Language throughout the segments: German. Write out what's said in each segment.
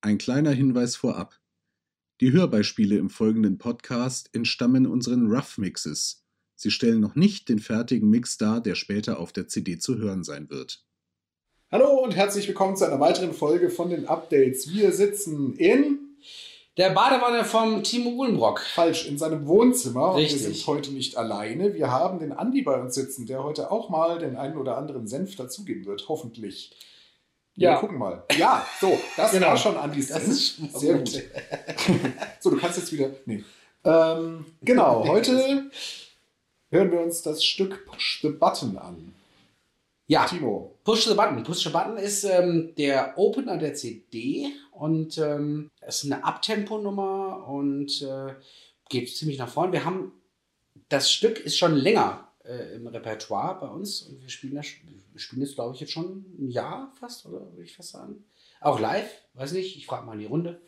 Ein kleiner Hinweis vorab. Die Hörbeispiele im folgenden Podcast entstammen unseren Rough Mixes. Sie stellen noch nicht den fertigen Mix dar, der später auf der CD zu hören sein wird. Hallo und herzlich willkommen zu einer weiteren Folge von den Updates. Wir sitzen in, Der Badewanne vom Timo Uhlenbrock. falsch, in seinem Wohnzimmer und wir Richtig. sind heute nicht alleine. Wir haben den Andi bei uns sitzen, der heute auch mal den einen oder anderen Senf dazugeben wird, hoffentlich. Wir Ja. gucken mal. Ja, so, das Genau. war schon Andis Das Senf. ist schon mal sehr gut. gut. so, du kannst jetzt wieder. Nee. Ähm, genau, heute hören wir uns das Stück Push the Button an. Ja, Timo, Push the Button. Push the Button ist ähm, der Opener der CD und ähm, ist eine Abtempo-Nummer und äh, geht ziemlich nach vorn. Wir haben, das Stück ist schon länger äh, im Repertoire bei uns und wir spielen das, wir spielen das glaube ich, jetzt schon ein Jahr fast, oder würde ich fast sagen. Auch live, weiß nicht, ich frage mal in die Runde.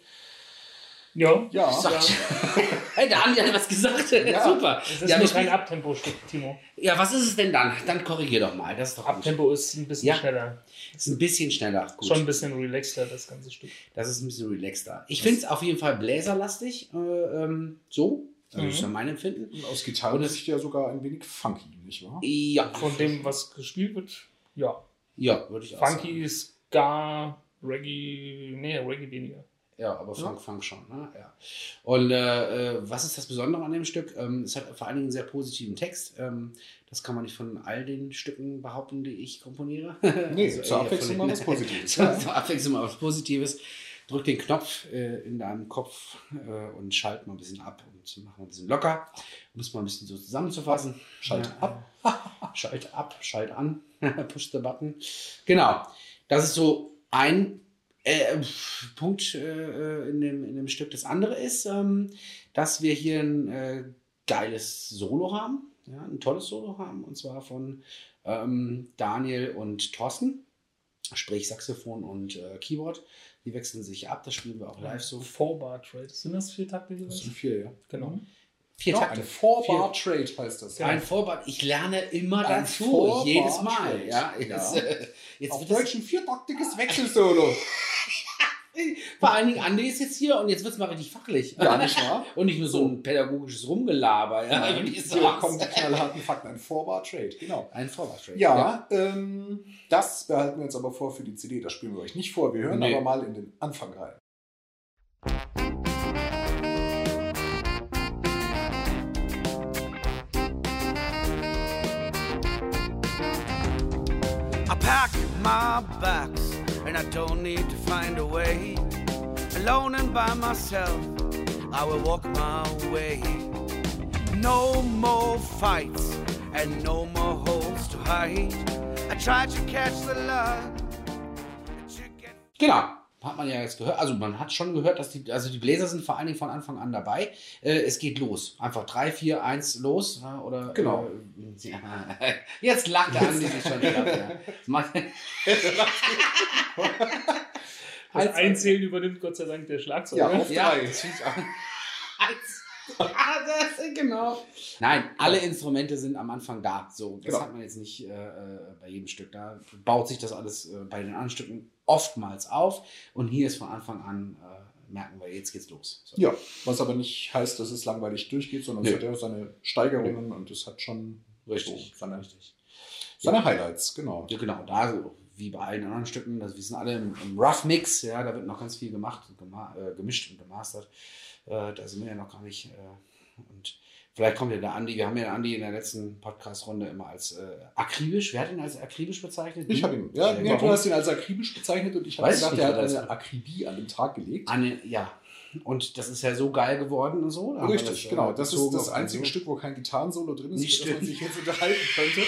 Ja. ja, Sagt. hey, da haben die alle was gesagt. Ja. Super. Es ist Ja, wir nur spielen- kein Abtempo-Stück, Timo. Ja, was ist es denn dann? Dann korrigier doch mal. Das ist doch gut. Abtempo ist ein bisschen Ja. schneller. Ist ein bisschen schneller. Gut. Schon ein bisschen relaxter, das ganze Stück. Das ist ein bisschen relaxter. Ich finde es auf jeden Fall bläserlastig. Äh, ähm, so. Das Mhm. ist ja mein Empfinden. Und aus Gitarren ist ja sogar ein wenig funky, nicht wahr? Ja. Von dem, was gespielt wird, ja. Ja, würde ich auch sagen. Funky, Ska, Reggae, nee, Reggae weniger. Ja, aber Ja. Funk, Funk schon. Ne? Ja. Und äh, äh, was ist das Besondere an dem Stück? Ähm, es hat vor allen Dingen einen sehr positiven Text. Ähm, das kann man nicht von all den Stücken behaupten, die ich komponiere. Nee, Also zur eher Abwechslung mal von den- was Positives. Zur Ja. zur Abwechslung mal was Positives. Drück den Knopf äh, in deinem Kopf äh, und schalt mal ein bisschen ab und mach mal ein bisschen locker, um es mal ein bisschen so zusammenzufassen. Schalt ab. schalt ab, schalt an, push the button. Genau, das ist so ein äh, Punkt äh, in, dem, in dem Stück. Das andere ist, ähm, dass wir hier ein äh, geiles Solo haben, ja, ein tolles Solo haben, und zwar von ähm, Daniel und Thorsten, sprich Saxophon und äh, Keyboard. Die wechseln sich ab, das spielen wir auch live so. Four-Bar-Trade. Sind das vier Takte Das gewesen? sind vier, ja. Genau. Vier Genau, Takte. ein Four-Bar-Trade heißt das. Ein Vorbad. Ich lerne immer Ein dazu, Vorbad- jedes Mal. Ja, Ja. Jetzt, äh, jetzt Auf wird das, Deutsch ein viertaktiges Wechselsolo. vor allen Dingen Andi ist jetzt hier und jetzt wird es mal richtig fachlich. Ja, nicht wahr? Und nicht nur Oh. so ein pädagogisches Rumgelaber. Ja, wenn ich so Hier kommen die knallharten Fakten. Ein Four-Bar-Trade, genau. Ein Vorwärtstraining. Ja, ähm, das behalten wir uns aber vor für die CD. Das spielen wir euch nicht vor. Wir hören Nee. aber mal in den Anfang rein. I pack my bags and I don't need to find a way. Alone and by myself, I will walk my way. No more fights and no more holes to hide. I tried to catch the love. that you get. Genau. Hat man ja jetzt gehört. Also man hat schon gehört, dass die, also die Bläser sind vor allen Dingen von Anfang an dabei. Äh, es geht los. Einfach 3, 4, 1, los. Ja, oder, Genau. Äh, ja. Jetzt lacht der Andi sich schon wieder. Ja. Das macht- Das Eins- Einzählen übernimmt Gott sei Dank der ne? Schlagzeuger. Ja, auf Ja. drei. Eins. Ah, das- genau. Nein, alle Instrumente sind am Anfang da. So, das Genau. hat man jetzt nicht äh, äh, bei jedem Stück. Da baut sich das alles äh, bei den anderen Stücken oftmals auf. Und hier ist von Anfang an, äh, merken wir, jetzt geht's los. So. Ja, was aber nicht heißt, dass es langweilig durchgeht, sondern es Nee. hat ja seine Steigerungen und es hat schon Richtig, so seine, richtig. seine Highlights, genau. Ja, genau, da so, wie bei allen anderen Stücken, das wissen alle im, im Rough Mix, ja, da wird noch ganz viel gemacht, und gema äh, gemischt und gemastert. Äh, da sind wir ja noch gar nicht. Äh, und vielleicht kommt ja der Andi, wir haben ja den Andi in der letzten Podcast-Runde immer als äh, akribisch, wer hat ihn als akribisch bezeichnet? Ich Du? habe ihn, ja, Äh, nee, warum? du hast ihn als akribisch bezeichnet und ich habe Weiß ich gesagt, nicht, also- er hat eine wer das hat. Akribie an den Tag gelegt. Anne, ja. Und das ist ja so geil geworden und so. da haben wir Richtig, äh, genau. Das ist bezogen das auf- einzige Stück, wo kein Gitarrensolo drin ist, Nicht über das man stimmt. sich jetzt unterhalten könnte.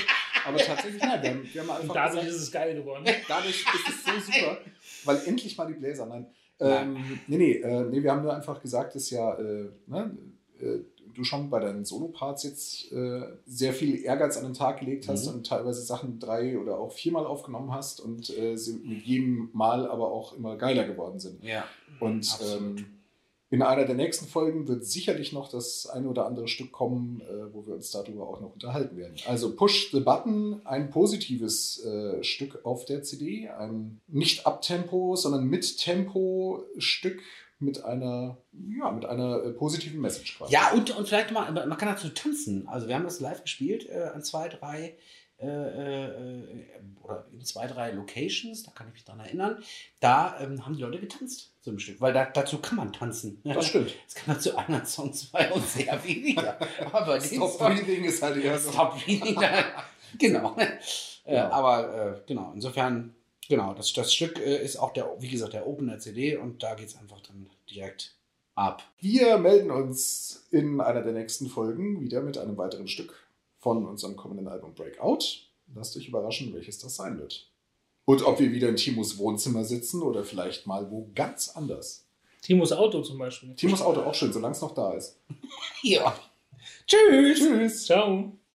Aber tatsächlich, nein, wir haben, wir haben einfach Und dadurch gesagt, ist es geil geworden. dadurch ist es so super, weil endlich mal die Bläser, nein. Nein. Ähm, nee, nee, äh, nee, wir haben nur einfach gesagt, dass ja, äh, ne, äh, du schon bei deinen Solo-Parts jetzt äh, sehr viel Ehrgeiz an den Tag gelegt hast Mhm. und teilweise Sachen drei oder auch viermal aufgenommen hast und äh, sie mit jedem Mal aber auch immer geiler geworden sind. Ja. Und Absolut. ähm, In einer der nächsten Folgen wird sicherlich noch das ein oder andere Stück kommen, äh, wo wir uns darüber auch noch unterhalten werden. Also Push the Button, ein positives äh, Stück auf der CD, ein nicht Abtempo, sondern mit Tempo Stück mit einer, ja, mit einer äh, positiven Message quasi. Ja, und, und vielleicht mal, man kann dazu tanzen. Also wir haben das live gespielt äh, an zwei, drei äh, äh, oder in zwei, drei Locations, da kann ich mich dran erinnern. Da ähm, haben die Leute getanzt zum Stück, weil da, dazu kann man tanzen. Das stimmt. Das kann man zu anderen Songs bei uns sehr weniger. Aber den Stop Song, Breathing ist halt eher so. Stop Reading, da- genau. Äh, Genau. aber äh, genau, insofern, genau, das, das Stück äh, ist auch der, wie gesagt, der Opener CD und da geht es einfach dann direkt ab. Wir melden uns in einer der nächsten Folgen wieder mit einem weiteren Stück von unserem kommenden Album Breakout. Lasst euch überraschen, welches das sein wird. Und ob wir wieder in Timos Wohnzimmer sitzen oder vielleicht mal wo ganz anders. Timos Auto zum Beispiel. Timos Auto auch schön, solange es noch da ist. Ja. Tschüss. Tschüss! Ciao.